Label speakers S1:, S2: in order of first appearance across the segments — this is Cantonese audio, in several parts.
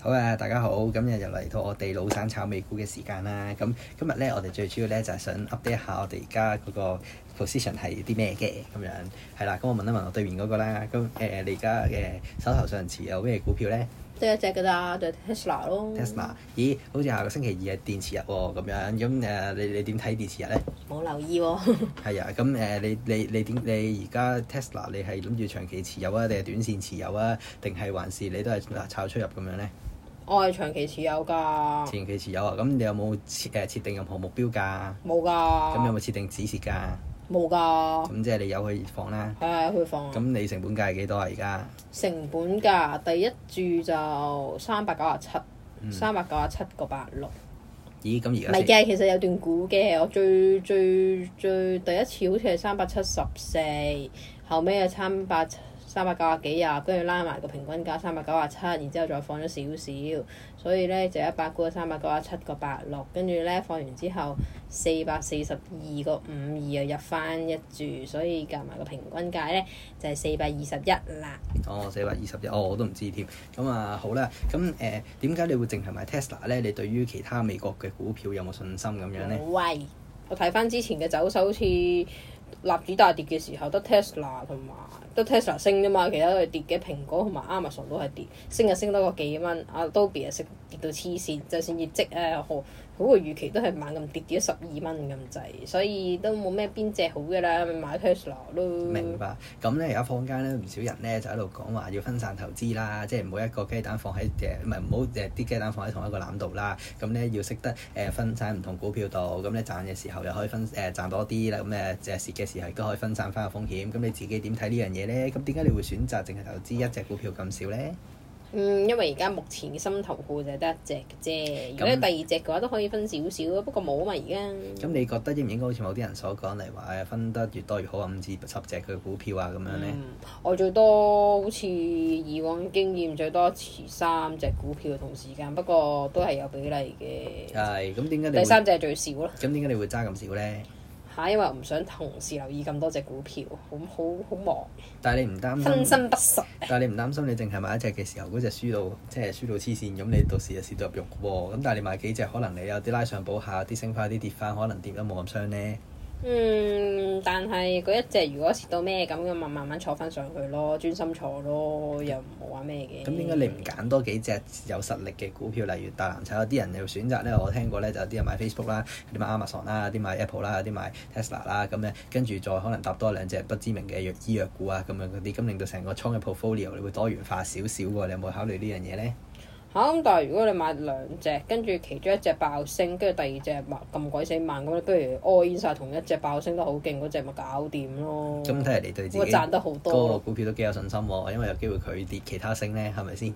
S1: 好啊，大家好，今日又嚟到我哋老散炒美股嘅時間啦。咁今日咧，我哋最主要咧就係、想 update 一下我哋而家嗰個 position 係啲咩嘅咁樣，係啦。咁我問一問我對面嗰個啦。咁誒、呃你而家誒手頭上持有咩股票咧
S2: 得一隻㗎咋，就係 Tesla 咯。
S1: ？Tesla，咦，好似下個星期二係電池日喎、咁樣。咁誒、呃你你點睇電池日咧？
S2: 冇留意喎，
S1: 係啊，咁誒、呃你你你點？你而家 Tesla 你係諗住長期持有啊，定係短線持有啊，定係還是你都係炒出入咁樣咧？
S2: 我係長期持有㗎，
S1: 前期持有啊，咁你有冇設誒設定任何目標㗎？
S2: 冇
S1: 咁有
S2: 㗎，
S1: 冇設定止蝕㗎？
S2: 冇㗎，
S1: 咁即係你有去放啦。
S2: 係啊，佢放
S1: 咁你成本價係幾多啊？而家
S2: 成本價第一注就三百九十
S1: 嗯
S2: 七，三百九十七個八六。
S1: 咦？咁
S2: 唔
S1: 而
S2: 係
S1: 家
S2: 嘅，其實有段估嘅，我最最最第一次好似係三百七十四，後尾又三百三百九十幾啊，跟住拉埋個平均價三百九十七，然之後再放咗少少，所以咧就一百股三百九十七個八六，跟住咧放完之後四百四十二個五二又入翻一注，所以夾埋個平均價咧就係四百二十一啦。
S1: 哦四百二十日，哦我都唔知添。咁啊好啦，咁誒點解你會淨係買 Tesla 咧？你對於其他美國嘅股票有冇信心咁樣咧？
S2: 喂，我睇翻之前嘅走手，好似納指大跌嘅時候，得 Tesla 同埋得 Tesla 升啫嘛，其他都係跌嘅。蘋果同埋 Amazon 都係跌，升就升多個幾蚊。Adobe 啊，升跌到黐線，就算業績誒好好過預期都係猛咁跌，跌咗十二蚊咁滯，所以都冇咩邊隻好嘅啦，咪買 Tesla 咯。
S1: 明白。咁咧而家坊間咧唔少人咧就喺度講話要分散投資啦，即係唔好一個雞蛋放喺誒，唔係唔好誒啲雞蛋放喺同一個籃度啦。咁咧要識得誒、呃分散唔同股票度，咁咧賺嘅時候又可以分誒、呃、賺多啲啦，咁誒誒蝕嘅時候亦都可以分散翻個風險。咁你自己點睇呢樣嘢咧？咁點解你會選擇淨係投資一隻股票咁少咧？
S2: 嗯，因為而家目前嘅心頭好就係得一隻嘅啫，如果有
S1: 咁
S2: 第二隻嘅話都可以分少少，不過冇啊嘛而家。
S1: 咁你覺得應唔應該好似某啲人所講嚟話誒分得越多越好啊，五至十隻嘅股票啊咁樣咧？
S2: 嗯，我最多好似以往經驗最多持三隻股票同時間，不過都係有比例嘅。
S1: 係咁點解你
S2: 第
S1: 啊會
S2: 三隻係最少啦，
S1: 咁點解你會揸咁少咧？
S2: 嚇，因為我唔想同時留意咁多隻股票，好好好忙，
S1: 但係你唔擔心
S2: 分身不實。
S1: 但係你唔擔心你淨係買一隻嘅時候，嗰隻輸到即係輸到黐線，咁你到時就蝕到入肉喎。咁但係你買幾隻，可能你有啲拉上補下，有啲升翻，有啲跌翻，可能跌得冇咁傷呢。
S2: 嗯，但係嗰一隻如果蝕到咩咁嘅，咪慢慢坐翻上去咯，專心坐咯，又唔好話咩嘅。
S1: 咁點解你唔揀多幾隻有實力嘅股票，例如大藍籌？有啲人又選擇呢，我聽過呢，就有啲人買 Facebook 啦，有啲買 Amazon 啦，有啲買 Apple 啦，有啲買 Tesla 啦，咁咧跟住再可能搭多兩隻不知名嘅藥醫藥股啊，咁樣嗰啲，咁令到成個倉嘅 portfolio 你會多元化少少喎。你有冇考慮呢樣嘢呢？
S2: 嚇咁，但係如果你買兩隻，跟住其中一隻爆升，跟住第二隻慢咁鬼死慢，咁你不如 all in 曬同一隻爆升得好勁嗰只，咪搞掂咯。
S1: 咁睇嚟你對自
S2: 我
S1: 己
S2: 賺得好
S1: 嗰個
S2: 多。
S1: 股票都幾有信心喎，因為有機會佢跌，其他升呢，係咪先？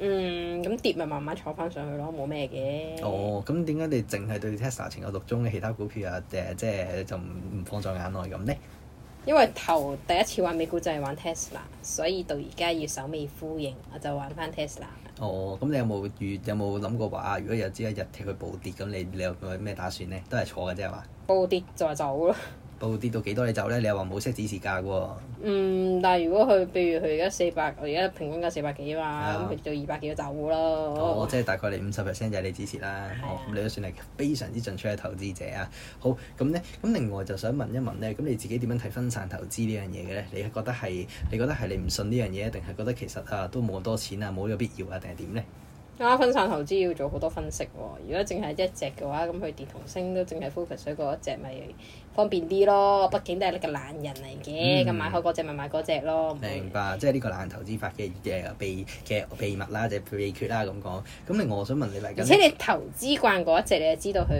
S2: 嗯，咁跌咪慢慢坐翻上去咯，冇咩嘅。
S1: 哦，咁點解你淨係對 Tesla 情有獨鍾嘅其他股票啊？誒，即係就唔唔放在眼內咁呢？
S2: 因為頭第一次玩美股就係玩 Tesla，所以到而家要首尾呼應，我就玩翻 Tesla。
S1: 哦，咁你有冇預有冇諗過話啊？如果有朝一日踢佢暴跌，咁你你有冇咩打算呢？都係坐嘅啫係嘛？
S2: 暴跌就走咯。
S1: 暴跌到幾多你走呢？你又話冇 set 指示價嘅喎。
S2: 嗯，但係如果佢譬如佢而家四百，我而家平均價四百幾嘛，
S1: 啊
S2: 咁佢到二百幾就走咯。
S1: 哦，即係大概你五十 percent 就係你支持啦。
S2: 係啊
S1: 哦，咁你都算係非常之進取嘅投資者啊。好，咁咧，咁另外就想問一問咧，咁你自己點樣睇分散投資呢樣嘢嘅咧？你係覺得係你覺得係你唔信呢樣嘢，定係覺得其實啊都冇咁多錢啊，冇呢個必要啊，定係點咧？
S2: 啱啊分散投資要做好多分析喎、如果淨係一隻嘅話，咁佢跌同升都淨係 focus 喺嗰一隻，咪方便啲咯。畢竟都係你個懶人嚟嘅，咁、
S1: 嗯
S2: 買開嗰只咪買嗰只咯。唔會
S1: 明白，即係呢個懶投資法嘅嘅秘嘅呃秘密啦，即係秘訣啦咁講。咁另外我想問你嚟
S2: 而且
S1: 緊
S2: 你投資慣嗰一隻，你就知道佢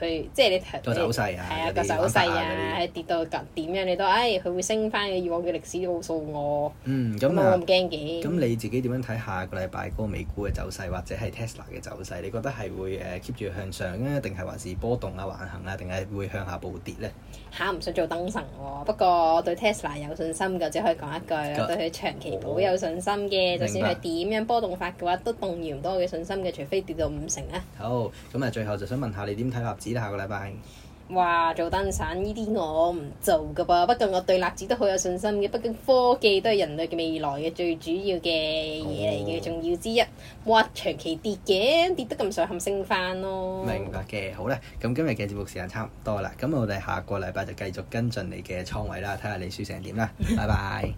S2: 佢即係你投
S1: 個走勢啊
S2: 係啊
S1: 嗰啲
S2: 個走勢
S1: 玩法啊
S2: 啊，
S1: 嗰
S2: 係跌到咁點樣你都，唉、佢會升翻嘅以往嘅歷史好數我，
S1: 嗯
S2: 咁
S1: 咁
S2: 我
S1: 啊
S2: 唔。驚嘅。
S1: 咁你自己點樣睇下個禮拜嗰個美股嘅走勢，或者係 Tesla 嘅走勢？你覺得係會誒 keep 住向上啊，定係還是波動啊、橫行啊，定係會向下暴跌呢？
S2: 嚇唔想做燈神喎、不過我對 Tesla 有信心嘅，只可以講一 句，我對佢長期保有信心嘅。就算佢點樣波動法嘅話，都動搖唔到我嘅信心嘅，除非跌到五成啊！
S1: 好，咁啊，最後就想問下你點睇納指啦？下個禮拜
S2: 哇做單散呢啲我唔做噶噃，不過我對辣子都好有信心嘅，畢竟科技都係人類嘅未來嘅最主要嘅嘢嚟嘅，
S1: 哦
S2: 重要之一。哇，長期跌嘅，跌得咁上冚升翻咯。
S1: 明白嘅，好啦，咁今日嘅節目時間差唔多啦，咁我哋下個禮拜就繼續跟進你嘅倉位啦，睇下你輸成點啦，拜拜。